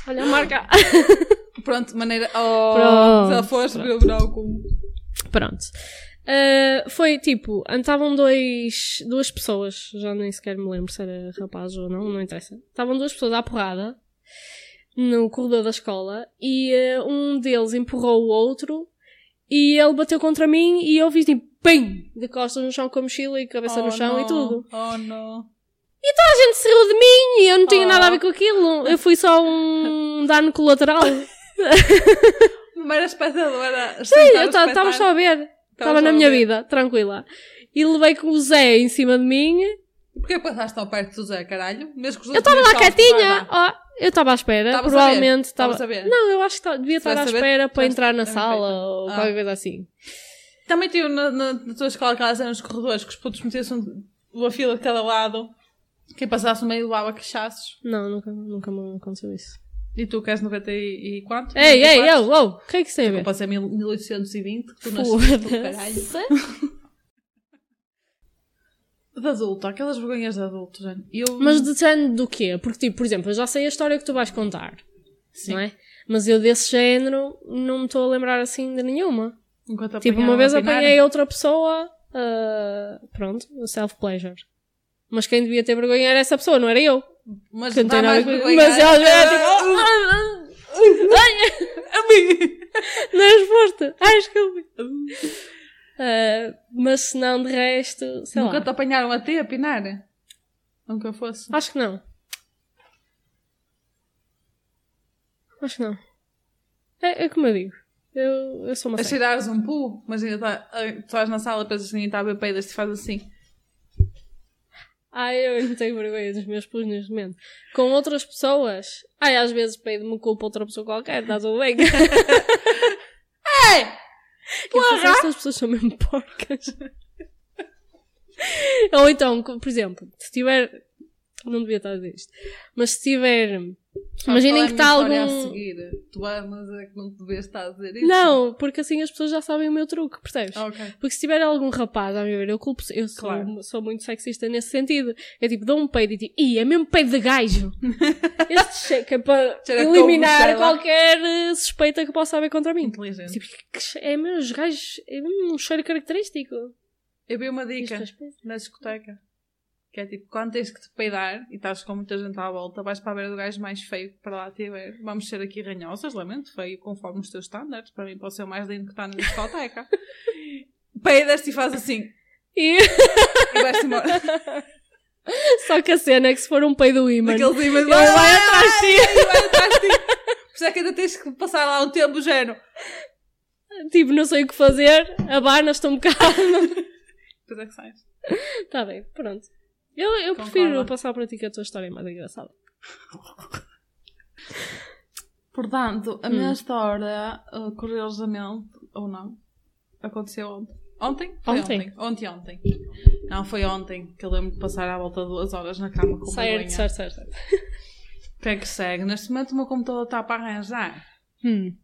olha a marca. (laughs) Pronto, maneira. Oh, Pronto, já foste ver o grau com. Pronto. Ah, foi tipo, andavam dois, duas pessoas, já nem sequer me lembro se era rapaz ou não, não interessa. Estavam duas pessoas à porrada no corredor da escola e ah, um deles empurrou o outro e ele bateu contra mim e eu vi tipo, PIM! De costas no chão com a mochila e cabeça Oh, no chão e não. tudo. Oh, não. A gente se riu de mim e eu não tinha Oh. nada a ver com aquilo. Eu fui só um dano colateral. Não era espectadora. Sim, eu estava só a ver. Estava na minha vida, tranquila. E levei com o Zé em cima de mim. Porquê passaste tão perto do Zé, caralho? Mesmo que os Eu estava lá quietinha. Ó, eu estava à espera. Estavas a ver? provavelmente Estavas estava. a ver? Não, eu acho que ta- devia Estavas estar à a ver? espera para entrar Estavas- na Ok. sala ou Ah. qualquer coisa assim. Também tive na, na, na tua escola aquela cena nos corredores que os putos metessem uma fila de cada lado. é Quem passasse no um meio levava cachaços. Não, nunca, nunca me aconteceu isso. E tu queres 90 e, e quanto? Ei, ei, 94? eu, uou, o que é que isso tem a Eu ver? passei mil- 1820, que tu nasceste, tu caralho. Foda-se. De adulto, aquelas vergonhas de adulto, Jane. Eu... Mas de género do quê? Porque, tipo, por exemplo, eu já sei a história que tu vais contar, Sim. não é? Mas eu desse género não me estou a lembrar assim de nenhuma. Enquanto Tipo, apanhava uma vez a pinar, apanhei outra pessoa, ah, pronto, self-pleasure. Mas quem devia ter vergonha era essa pessoa, não era eu. Mas Que não dá tem nada a mais ver- vergonha. Mas ela era (laughs) tipo, Ah, ah, ah, a mim. não és forte. Ai, desculpe. Ah, mas se não, de resto, sei Nunca lá. te apanharam a ti a pinar? Nunca fosse. Acho que não. Acho que não. É, é como eu digo. Eu, eu sou uma a seca. cheirares um pu, mas ainda tá- ah, estás na sala, pensas que ninguém está a ver peidas, te faz assim. Ai, eu não tenho vergonha dos meus pus neste momento. Com outras pessoas. Ai, às vezes peido-me culpa outra pessoa qualquer, está tudo bem. Ei! Que eu penso, estas pessoas são mesmo porcas. (laughs) Ou então, co- por exemplo, se tiver. Não devia estar a dizer isto. Mas se tiver. Imaginem que está Qual é a minha algum. história a seguir? Tu amas é que não te devias estar a dizer isso? Não, porque assim as pessoas já sabem o meu truque, percebes? Ah, Ok. Porque se tiver algum rapaz a me ver, eu culpo. Eu sou, Claro. sou muito sexista nesse sentido. Eu tipo, dou um peido e tipo, ih, é mesmo peido de gajo. (laughs) Este cheque é para Cheira a eliminar couve, qualquer eh, suspeita que possa haver contra mim. Inteligente. Tipo, que che- é mesmo, os gajos, é mesmo um cheiro característico. Eu vi uma dica Isto é na discoteca. Que é tipo, quando tens que te peidar e estás com muita gente à volta, vais para a beira do gajo mais feio que para lá tiver. Vamos ser aqui ranhosas, lamento, feio, conforme os teus standards. Para mim pode ser o mais lindo que está na discoteca. (laughs) Peidas-te e faz assim. E (laughs) E vais-te (laughs) embora. só que a cena é que se for um peido ímã, ele Daqueles imãs. vai atrás de ti. Ele (laughs) vai atrás de ti. Por isso é que ainda tens que passar lá um tempo, género. Tipo, não sei o que fazer, abanas-te um bocado. (laughs) Depois é que sais. Tá bem, pronto. Eu, eu Concordo. prefiro passar para ti que a tua história é mais engraçada. Portanto, Hum. a minha história, uh, curiosamente, ou não, aconteceu ontem. Ontem? Foi Ontem. ontem. Ontem, ontem. Não, foi ontem que eu lembro de passar à volta de duas horas na cama com Certo, vergonha. certo, certo. certo. O que é que segue? Neste momento o meu computador está para arranjar. Hum.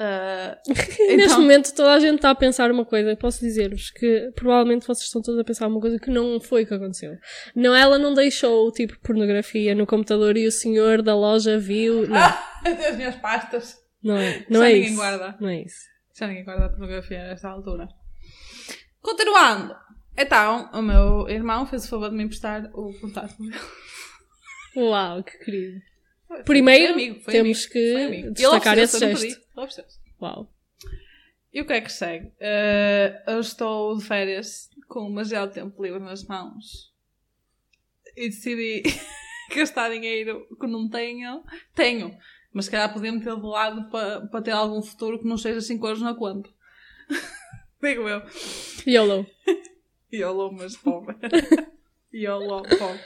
Uh, Neste Então. momento toda a gente está a pensar uma coisa, eu posso dizer-vos que provavelmente vocês estão todos a pensar uma coisa que não foi o que aconteceu. Não, ela não deixou tipo pornografia no computador e o senhor da loja viu. Não, (laughs) as minhas pastas. não é, não Ah! Já é ninguém isso. guarda. Não é isso. Já ninguém guarda a pornografia nesta altura. Continuando. Então, o meu irmão fez o favor de me emprestar o contato dele. Uau, que querido. Foi- Primeiro, foi amigo, foi temos amigo, que foi amigo. Ele destacar esse ofereceu-se, eu não gesto. pedi, ele ofereceu-se. Uau. E o que é que segue? Eh, eu estou de férias com demasiado tempo livre nas mãos e decidi (laughs) gastar dinheiro que não tenho. Tenho, mas se calhar podia meter de lado para para ter algum futuro que não seja 5 euros na conta. (laughs) Digo eu. (laughs) YOLO. YOLO, mas pobre. (laughs) YOLO, pobre.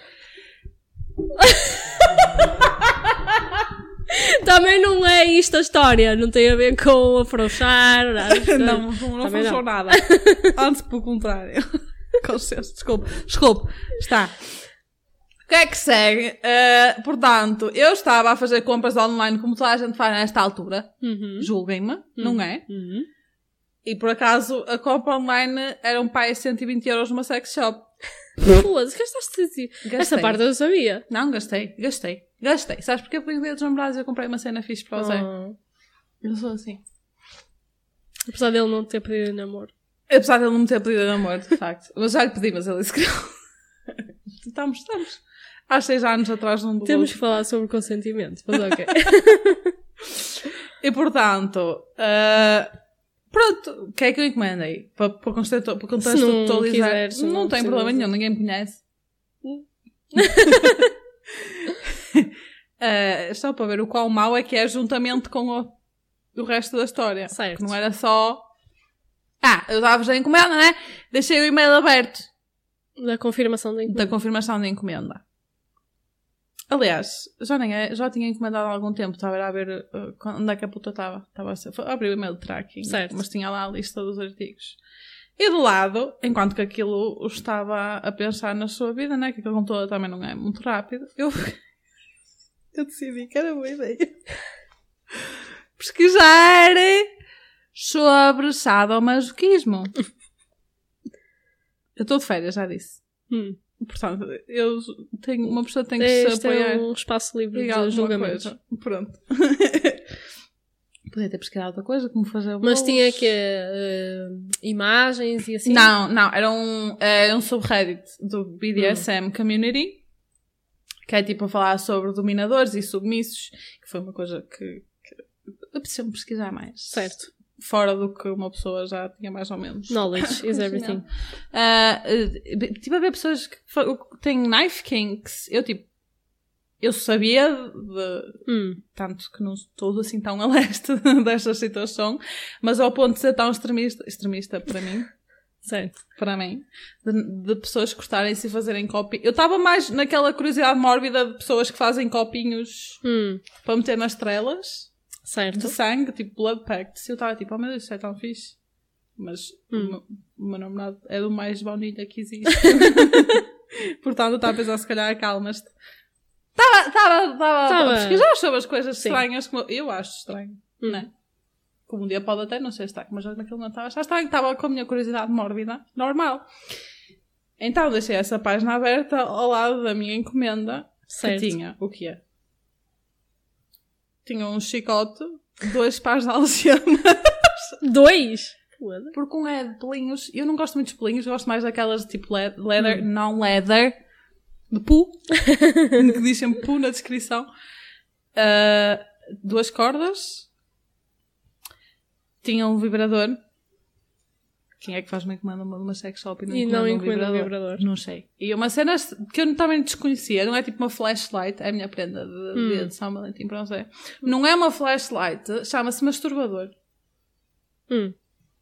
Também não é isto a história, não tem a ver com afrouxar, (laughs) nada. Não, não, não Também não. funcionou nada. Antes, pelo contrário. (laughs) Com licença, desculpe. Desculpe, está. O que é que segue? Eh, portanto, eu estava a fazer compras online como toda a gente faz nesta altura. Uhum. Julguem-me, não é? Uhum. E por acaso, a compra online era um pai 120 euros numa sex shop. Foda-se, gastaste assim. Essa Gastei. parte eu não sabia. Não, gastei, gastei, gastei. Sabes porque eu fui dia dos namorados e eu comprei uma cena fixe para o Zé? Oh. Eu sou assim. Apesar dele não ter pedido em namoro. Apesar de ele não me ter pedido em namoro, de facto. Mas já lhe pedi, mas ele disse que não. (laughs) Estamos, estamos. Há seis anos atrás não Temos que falar sobre consentimento, mas (laughs) ok. E portanto, ah, pronto, o que é que eu encomendei? Para, para o contexto para o contexto Se não que estou a dizer, quiseres, não, não tem precisas. problema nenhum, ninguém me (laughs) conhece. Ah, só para ver o qual mal é que é juntamente com o, o resto da história. Certo. Que não era só. Ah, eu estava já encomenda, não é? Deixei o e-mail aberto. da confirmação da da confirmação da encomenda. Aliás, já, nem é- já tinha encomendado há algum tempo, estava a ver uh, quando- onde é que a puta estava. Estava a ser- foi- abri o e-mail de tracking, Certo. mas tinha lá a lista dos artigos. E do lado, enquanto que aquilo estava a pensar na sua vida, né, que aquilo com toda também não é muito rápido, eu, eu decidi que era boa ideia (laughs) pesquisar sobre sadomasoquismo. Eu estou de férias, já disse. Hum. Portanto, eu tenho, uma pessoa tem que se Este apoiar é um espaço livre em de alguma julgamentos. coisa. Pronto. (laughs) Podia ter pesquisado outra coisa, como fazer Mas bolos. tinha que eh, imagens e assim. Não, não, era um, era um subreddit do BDSM Hum. Community, que é tipo a falar sobre dominadores e submissos, que foi uma coisa que, que eu preciso pesquisar mais. Certo. Fora do que uma pessoa já tinha mais ou menos. Knowledge is everything. Ah, eh, tipo, a ver pessoas que fa- que têm knife kinks. Eu, tipo, eu sabia de- Hum. tanto que não estou assim tão (laughs) a leste desta situação, mas ao ponto de ser tão extremista, extremista para mim, Certo. para mim, de, de pessoas gostarem-se e fazerem copy. Eu estava mais naquela curiosidade mórbida de pessoas que fazem copinhos Hum. para meter nas trelas de Certo. sangue, tipo blood pacts. Eu estava tipo, oh meu Deus, isso é tão fixe. Mas Hum. o meu- o meu namorado é do mais baunilha que (laughs) existe. Portanto, eu estava a pensar, se calhar, acalmas-te. Estava- Estava estava- estava Estava. a pesquisar sobre as coisas Sim. estranhas. Como eu- eu acho estranho, Hum. não é? Como um dia pode até não ser estranho, mas naquele não estava a achar estranho. Estava com a minha curiosidade mórbida, normal. Então, deixei essa página aberta ao lado da minha encomenda. Certo. Que tinha o que é? Tinha um chicote, dois pares de algema, Dois? Foda. porque um é de pelinhos. Eu não gosto muito de pelinhos, gosto mais daquelas de tipo le- leather, Hum. não leather, de pu, (laughs) que diz sempre pu na descrição. Ah, duas cordas. Tinha um vibrador. Quem é que faz uma encomenda numa numa sex shop e não E encomenda, não um encomenda um vibrador? vibrador. Não sei. E uma cena que eu também desconhecia, não é tipo uma flashlight, é a minha prenda de, Hum. de São Valentim, para não sei. Não é uma flashlight, chama-se masturbador. Hum.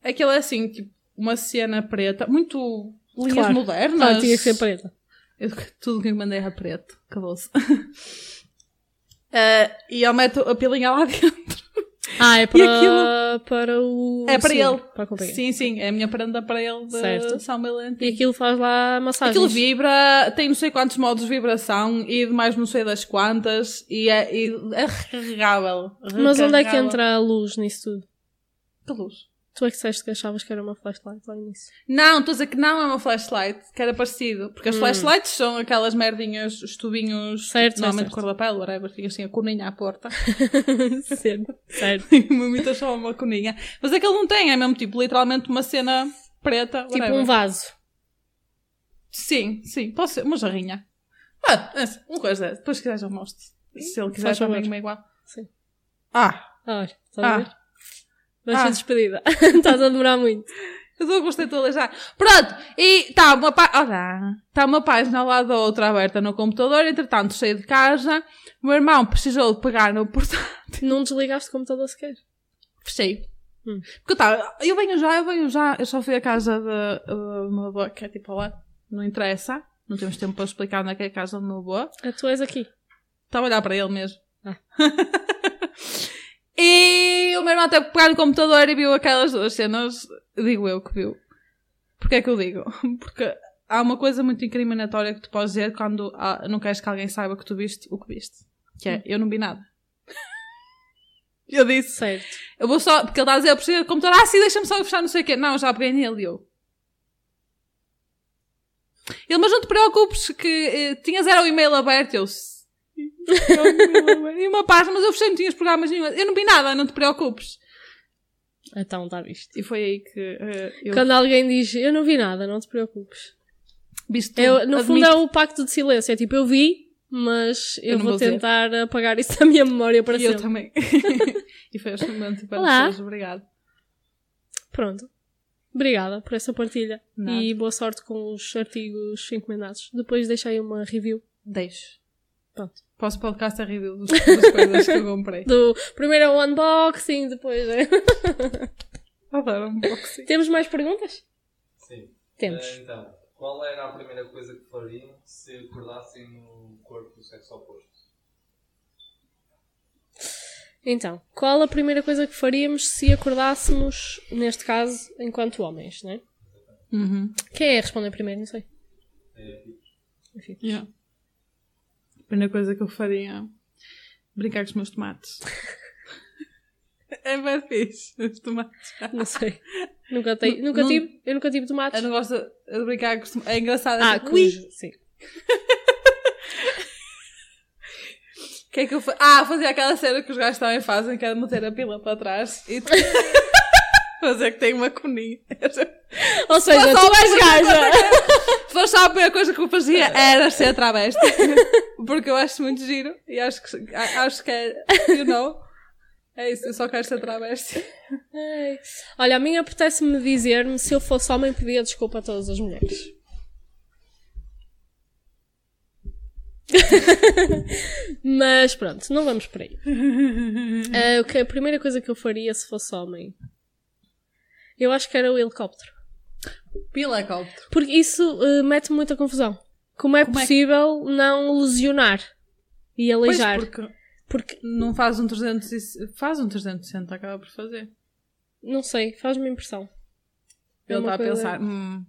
Aquilo é assim, tipo, uma cena preta, muito linhas Claro. modernas. Ah, tinha que ser preta. Eu- tudo que eu mandei era preto, acabou-se. (laughs) Eh, e ele mete a pilinha lá dentro. Ah, é para, aquilo- para o. É para sim, ele. Para acompanhar. Sim, sim, é a minha prenda para ele de Certo. São Valentim. E aquilo faz lá massagens. Aquilo vibra, tem não sei quantos modos de vibração e de mais não sei das quantas e é, e é recarregável. Mas onde é que Recarregável. entra a luz nisso tudo? Que luz? Tu é que disseste que achavas que era uma flashlight lá (laughs) nisso. Não, estou a dizer que não é uma flashlight, que era parecido. Porque as flashlights são aquelas merdinhas, os tubinhos, Hum. Certo, normalmente certo. cor da pele, whatever, fica assim a coninha à porta. (laughs) certo. certo. uma imita só uma coninha. Mas aquele não tem, é mesmo tipo, literalmente uma cena preta, Tipo whatever. um vaso. Sim, sim, pode ser, uma jarrinha. Ah, essa, uma coisa, depois se quiseres eu mostro. Se ele quiser Faz favor. também comer igual. Sim. Ah, Olha, estás a ah. ver? Vais Ah. ser despedida. (laughs) Estás a demorar muito. Eu dou gostei de aleijar. Pronto, e está uma, pá- Olá. Tá uma página ao lado da outra aberta no computador, entretanto cheio de casa. O meu irmão precisou de pegar no portátil. (laughs) Não desligaste o computador sequer. Fechei. Hum. Porque eu estava, eu venho já, eu venho já, eu só fui à casa de, de uma avó, que é tipo lá, não interessa, não temos tempo para explicar onde é que é a casa do meu avô. Ah, tu és aqui. Estava a olhar para ele mesmo. Ah. (laughs) e o meu irmão teve que pegar no computador e viu aquelas duas cenas. Digo eu que viu. Porquê é que eu digo? (laughs) Porque há uma coisa muito incriminatória que tu podes dizer quando ah, não queres que alguém saiba que tu viste o que viste. Que é, eu não vi nada. (laughs) eu disse. Certo. Eu vou só, porque ele está a dizer, eu preciso do computador, ah, sim, deixa-me só fechar, não sei o quê. Não, já peguei nele e eu. Ele, mas não te preocupes, que eh, tinhas era o e-mail aberto, eu. "Sim, era o e-mail (laughs) aberto." E uma página, mas eu fechei, não tinhas programas nenhum. Eu não vi nada, não te preocupes. Então, está visto. E foi aí que eh, eu Quando alguém diz, eu não vi nada, não te preocupes. visto tudo. Eu, no fundo é Admito. o pacto de silêncio. É tipo, eu vi, mas eu, Eu não vou, vou dizer. tentar apagar isso da minha memória para E eu sempre. (laughs) também. e foi este momento para um Olá. vocês, obrigado. Pronto. Obrigada por essa partilha. Nada. E boa sorte com os artigos encomendados. Depois deixei uma review. Deixo. Pronto. Posso podcast a review dos- das coisas que eu (laughs) comprei. Do primeiro é o unboxing, depois é... Adoro um boxing. (laughs) Temos mais perguntas? Sim. Temos. Eh, então, qual era a primeira coisa que fariam se acordassem no corpo do sexo oposto? Então, qual a primeira coisa que faríamos se acordássemos, neste caso, enquanto homens, né? Uhum. Quem é responder primeiro? Não sei. É, tipo, Enfim. Yeah. A primeira coisa que eu faria é brincar com os meus tomates. (laughs) é bem fixe, os tomates. Não sei. nunca tei, nunca Não- tive, eu nunca tive tomates. Eu não gosto de brincar com os tomates. É engraçado. Ah, Ui, cujo. Sim. que é que eu fa... Ah, fazer aquela cena que os gajos também fazem, que é de meter a pila para trás (laughs) e fazer que tem uma (laughs) coninha. Ou seja, Mas é tu só és mais gaja. (laughs) É. Se for só a primeira coisa que eu fazia era ser travesti. (laughs) Porque eu acho muito giro e acho que, a- acho que é, you know, é isso, eu só quero ser travesti. Ai. Olha, a mim apetece-me dizer-me se eu fosse homem pedia desculpa a todas as mulheres. (laughs) Mas pronto, não vamos (laughs) por aí. Ah, o que- a primeira coisa que eu faria se fosse homem, eu acho que era o helicóptero. é Pila, copto. Porque isso ah, mete-me muita confusão. Como é Como é que- possível não lesionar e aleijar? Pois, porque Porque, não faz um 300 e... faz um 360, acaba por fazer. não sei, faz-me impressão. É Ele uma está a coisa- pensar, hum,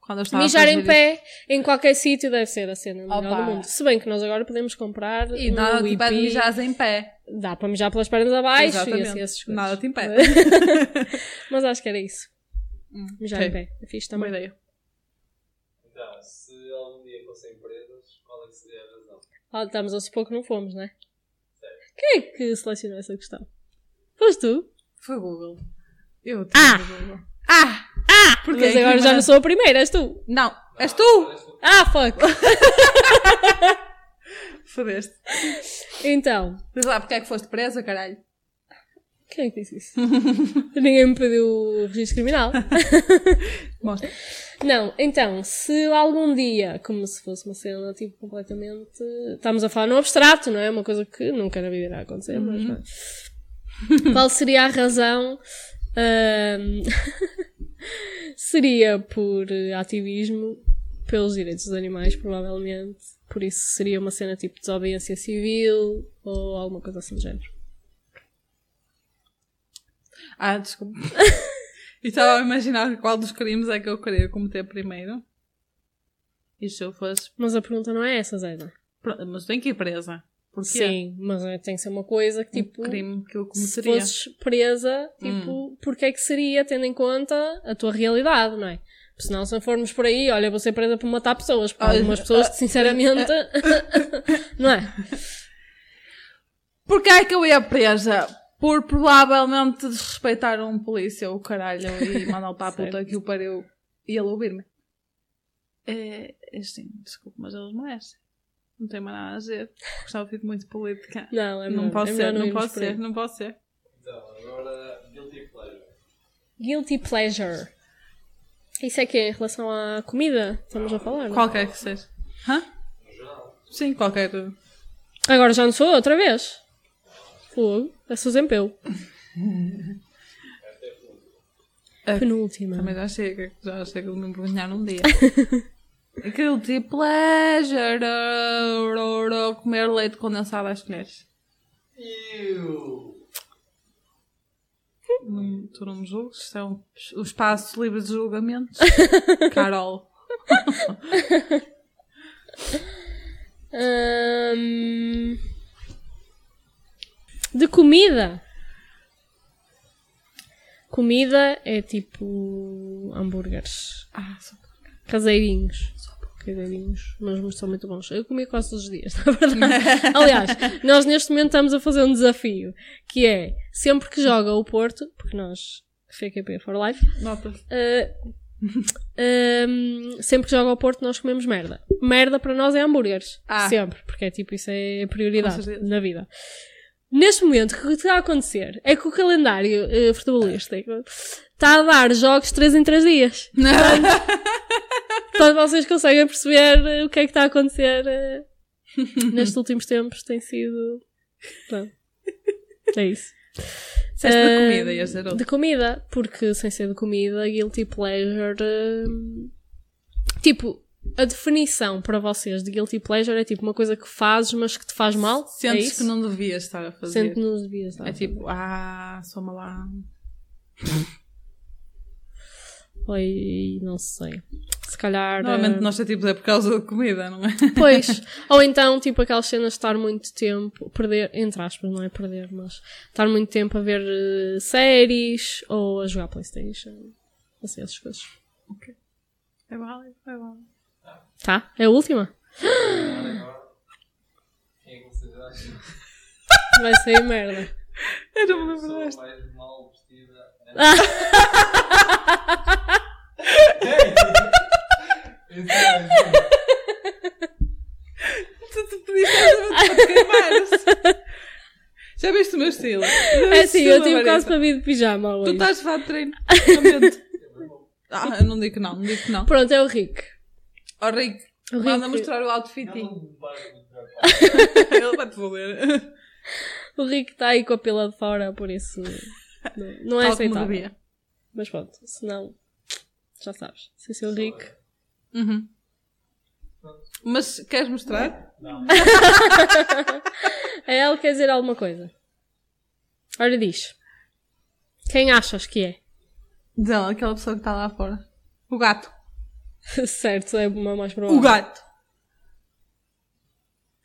quando eu estava a Mijar fazer em pé em qualquer sítio deve ser a cena melhor é, Opa. do mundo. Se bem que nós agora podemos comprar. isso- E um nada te whippy. impede de mijar em pé. Dá para mijar pelas pernas abaixo e assim, Exatamente. essas coisas. nada te impede. (laughs) Mas acho que era isso. Mijar ok. em pé. É fixe Boa também. ideia. Então, se algum dia fossem presas, qual é que seria a razão? Ah, estamos a supor que não fomos, né? Quem é que selecionou essa questão? Foste tu? Foi Google. Eu tive Ah! Google. Ah! Ah! Porque Mas é agora já incriminante. não sou a primeira, és tu. Não, és tu! Parece que Ah, fuck. Fodeste. Então, Diz lá, porque é que foste presa, caralho? quem é que disse (laughs) isso? Ninguém me pediu o registro criminal. Mostra. Não, então, se algum dia, como se fosse uma cena, tipo, completamente. Estamos a falar no abstrato, não é? Uma coisa que nunca na vida irá acontecer, mas. Uhum. pronto. Qual seria a razão? ahm, (laughs) seria por eh, ativismo pelos direitos dos animais, provavelmente. Por isso seria uma cena tipo desobediência civil ou alguma coisa assim do género. Ah, (laughs) desculpa. e estava a imaginar qual dos crimes é que eu queria cometer primeiro. E se eu fosse. Mas a pergunta não é essa, Zena. Pro- Mas tem que ir presa. Porque Sim, mas eh, tem que ser uma coisa que é um tipo. crime que eu se cometeria. fosses presa, tipo, Hum. porque é que seria, tendo em conta a tua realidade, não é? Porque Senão, se formos por aí, olha, vou ser presa por matar pessoas, porque há Olha, algumas (laughs) pessoas que, sinceramente, (laughs) não é? Porquê é que eu ia presa? Por provavelmente desrespeitar um polícia, o caralho, e (laughs) mandá-lo para a puta que o pariu e ele ouvir-me. É, é assim, desculpe, mas eles merecem. Não tenho mais nada a dizer. Gostava de ouvir muito política. Não, é Não, melhor- posso é ser, melhor não irmos posso por aí. ser, não posso ser. Então, agora, Guilty Pleasure. Guilty pleasure. Isso é que é em relação à comida? Estamos a falar? não? é? Qualquer que seja. Hã? No geral, Sim, qualquer. Agora já não sou eu outra vez. Fogo. É Susan Peu. (laughs) A- Penúltima. Também já chega, já chega de me envergonhar (laughs) num dia. Guilty pleasure. uh, uh, uh, Comer leite condensado às colheres. eu. Não- Tu não me julgues, isto é um, um espaço livre (laughs) de julgamentos. Carol. Ahm, De comida. Comida é tipo hambúrgueres. Ah, só Caseirinhos. Caseirinhos, mas mas são muito bons. Eu comia quase todos os dias, (laughs) na verdade. Aliás, nós neste momento estamos a fazer um desafio, que é sempre que joga o Porto, porque nós, FKP for Life, nota-se. (laughs) Uh, um, sempre que joga ao Porto nós comemos merda. Merda para nós é hambúrgueres. Ah. Sempre, porque é tipo, isso é a prioridade Com certeza. na vida. Neste momento, o que está a acontecer é que o calendário eh, futebolístico está a dar jogos 3 em 3 (laughs) dias. Portanto, vocês conseguem perceber eh, o que é que está a acontecer (laughs) eh, nestes últimos tempos. Tem sido. Pronto. É isso. Disseste da Ah, comida, ias dizer De outra. comida, porque sem ser de comida, guilty pleasure. hum, tipo, a definição para vocês de guilty pleasure é tipo uma coisa que fazes, mas que te faz mal. é Sentes isso? que não devias estar a fazer. Sente que não devias tá? estar. É tipo, ah, sou malandro. Oi, não sei. Se calhar. Normalmente hum, nós sentimos é por causa da comida, não é? (laughs) Pois. Ou então, tipo, aquelas cenas de estar muito tempo, perder, entre aspas, não é perder, mas estar muito tempo a ver eh, séries ou a jogar Playstation. Assim, essas coisas. É válido, é válido. Tá? É a última? Agora, quem é que vocês (laughs) acham que Vai sair merda. Eu não me lembro sou a desta. mais mal vestida? (laughs) (laughs) é Tu te pediste esta para te queimares. Já viste o meu estilo? É assim, eu tive quase para vir de pijama Tu hoje. estás de fato de treino. totalmente. (laughs) é Ah, eu não digo que não, não digo que não. Pronto, é o Rick. Ó Rick, O manda Rick- mostrar o outfit. É um (laughs) Não, Ele vai-te valer. O Rick está aí com a pila de fora, por isso não, não é Tal como aceitável. devia. Mas pronto, se não, já sabes. Se esse é o Rick. Uhum. Mas queres mostrar? A ela quer dizer alguma coisa. Ora diz. Quem achas que é? (laughs) Não, aquela pessoa que está lá fora. O gato. certo, é uma mais provável. O gato.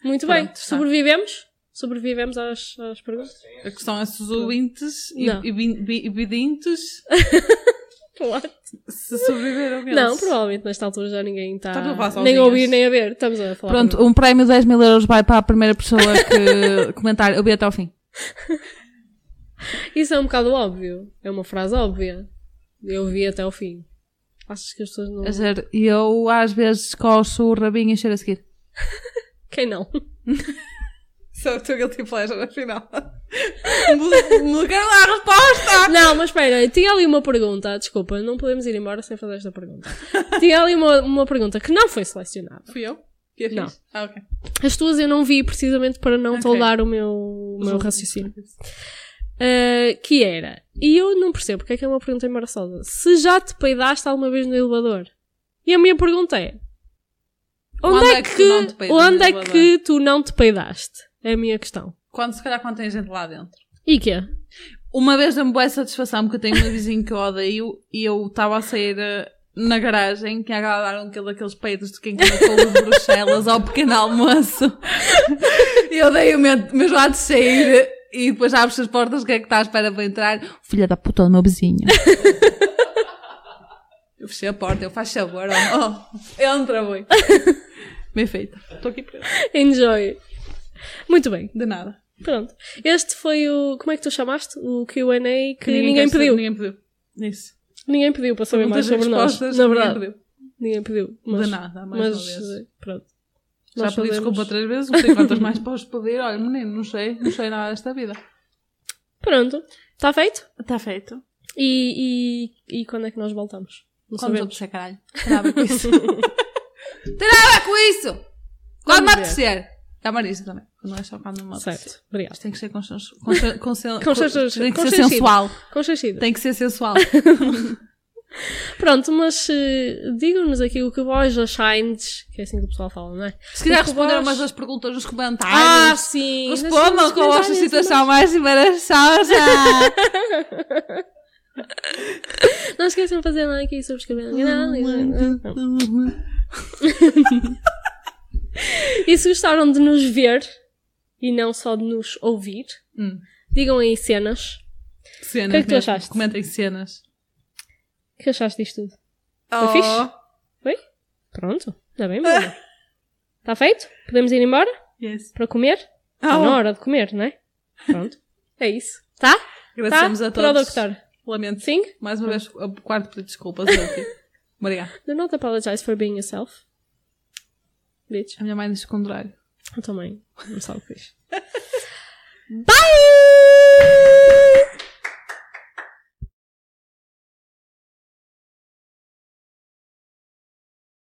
Muito Pronto, bem, está. sobrevivemos? Sobrevivemos às, às perguntas? A questão é se os ouvintes e, Não. e, vin- vi- e vidintes What? se sobreviveram eles. Não, provavelmente nesta altura já ninguém está Estamos a falar nem sozinhas. a ouvir nem a ver. Estamos a falar. Pronto, um prémio de 10 mil euros vai para a primeira pessoa (laughs) que comentar. Eu vi até ao fim. Isso é um bocado óbvio. É uma frase óbvia. Eu vi até ao fim. Achas que as pessoas não. A sério, eu às vezes coço o rabinho e cheiro a seguir. Quem não? Só estou guilty pleasure, afinal. (laughs) Mudar lá a resposta! Não, mas espera, tinha ali uma pergunta. Desculpa, não podemos ir embora sem fazer esta pergunta. Tinha ali uma, uma pergunta que não foi selecionada. Fui eu? Que a fiz? Não. Ah, ok. As tuas eu não vi precisamente para não Ok. toldar o meu, o meu outros- raciocínio. Ah, que era, e eu não percebo porque é que é uma pergunta embaraçosa. Se já te peidaste alguma vez no elevador? E a minha pergunta é: Onde, é que, tu não te peidas onde no é elevador? que tu não te peidaste? É a minha questão. Quando, se calhar, quando tem gente lá dentro. E é? quê? (laughs) Uma vez deu-me boa satisfação porque eu tenho um vizinho que eu odeio e eu estava a sair eh, na garagem que agarraram aquele um daqueles peitos de quem come couve de Bruxelas ao pequeno almoço. e eu dei o meu, meu lado de sair e depois abres as portas, o que é que está à espera para entrar? Filha da puta do meu vizinho. eu fechei a porta, eu faço favor, ó. oh, entra, boi. Bem feita. Estou aqui presa. Enjoy. Muito bem, De nada. pronto. Este foi o. Como é que tu chamaste? O QA que, Que ninguém, quer saber, pediu. Ninguém... Ninguém pediu. Isso. pediu para saber mais Muitas sobre nós. respostas, Na ninguém verdade, pediu. ninguém pediu. Mas, De nada, mais uma mas vez. eh, pronto. Já Nós pedi sabemos. desculpa três vezes, não sei quantas mais podes pedir. Olha, menino, não sei, não sei nada desta vida. Pronto. Está Tá feito? Está feito. E, e, e quando é que nós voltamos? Não Quando eu sabemos. puxar é, caralho. Tem nada a ver com isso. (laughs) Tem nada a ver com isso! Quando Quando me vier. apetecer. Dá Marisa também. Não é só quando me apetecer. Certo. Obrigada. Mas tem que ser consciente. (laughs) Consciente. Consciente- Tem que ser consciente. sensual. Conchachida. Tem que (laughs) ser sensual. Pronto, mas eh, digam-nos aqui o que vós achais, que é assim que o pessoal fala, não é? Se quiser O que responder a vós- umas das perguntas nos Ah, comentários. sim! Respondam Respondam qual a vossa situação (laughs) mais embaraçosa. (laughs) Não esqueçam de fazer like e Oh, subscrever no canal. E- é? E se gostaram de nos ver e não só de nos ouvir, Hum. digam aí cenas. Cenas. O que é que tu mesmo. achaste? Comentem cenas. O que achaste disto tudo? Oh. Foi fixe? Foi? Pronto. Está Tá bem, (laughs) Bruna. Está feito? Podemos ir embora? Yes. Para comer? Está Ah, Tá Tá oh. na hora de comer, não é? Pronto. É isso. Tá? Agradecemos tá? a todos. Productor. Lamento. Sim? Mais uma vez, o quarto pedido de desculpas. (laughs) Silvia. Obrigada. Do not apologize for being yourself. Bitch. A minha mãe disse o contrário. Eu também. Não sabe o que diz. Bye!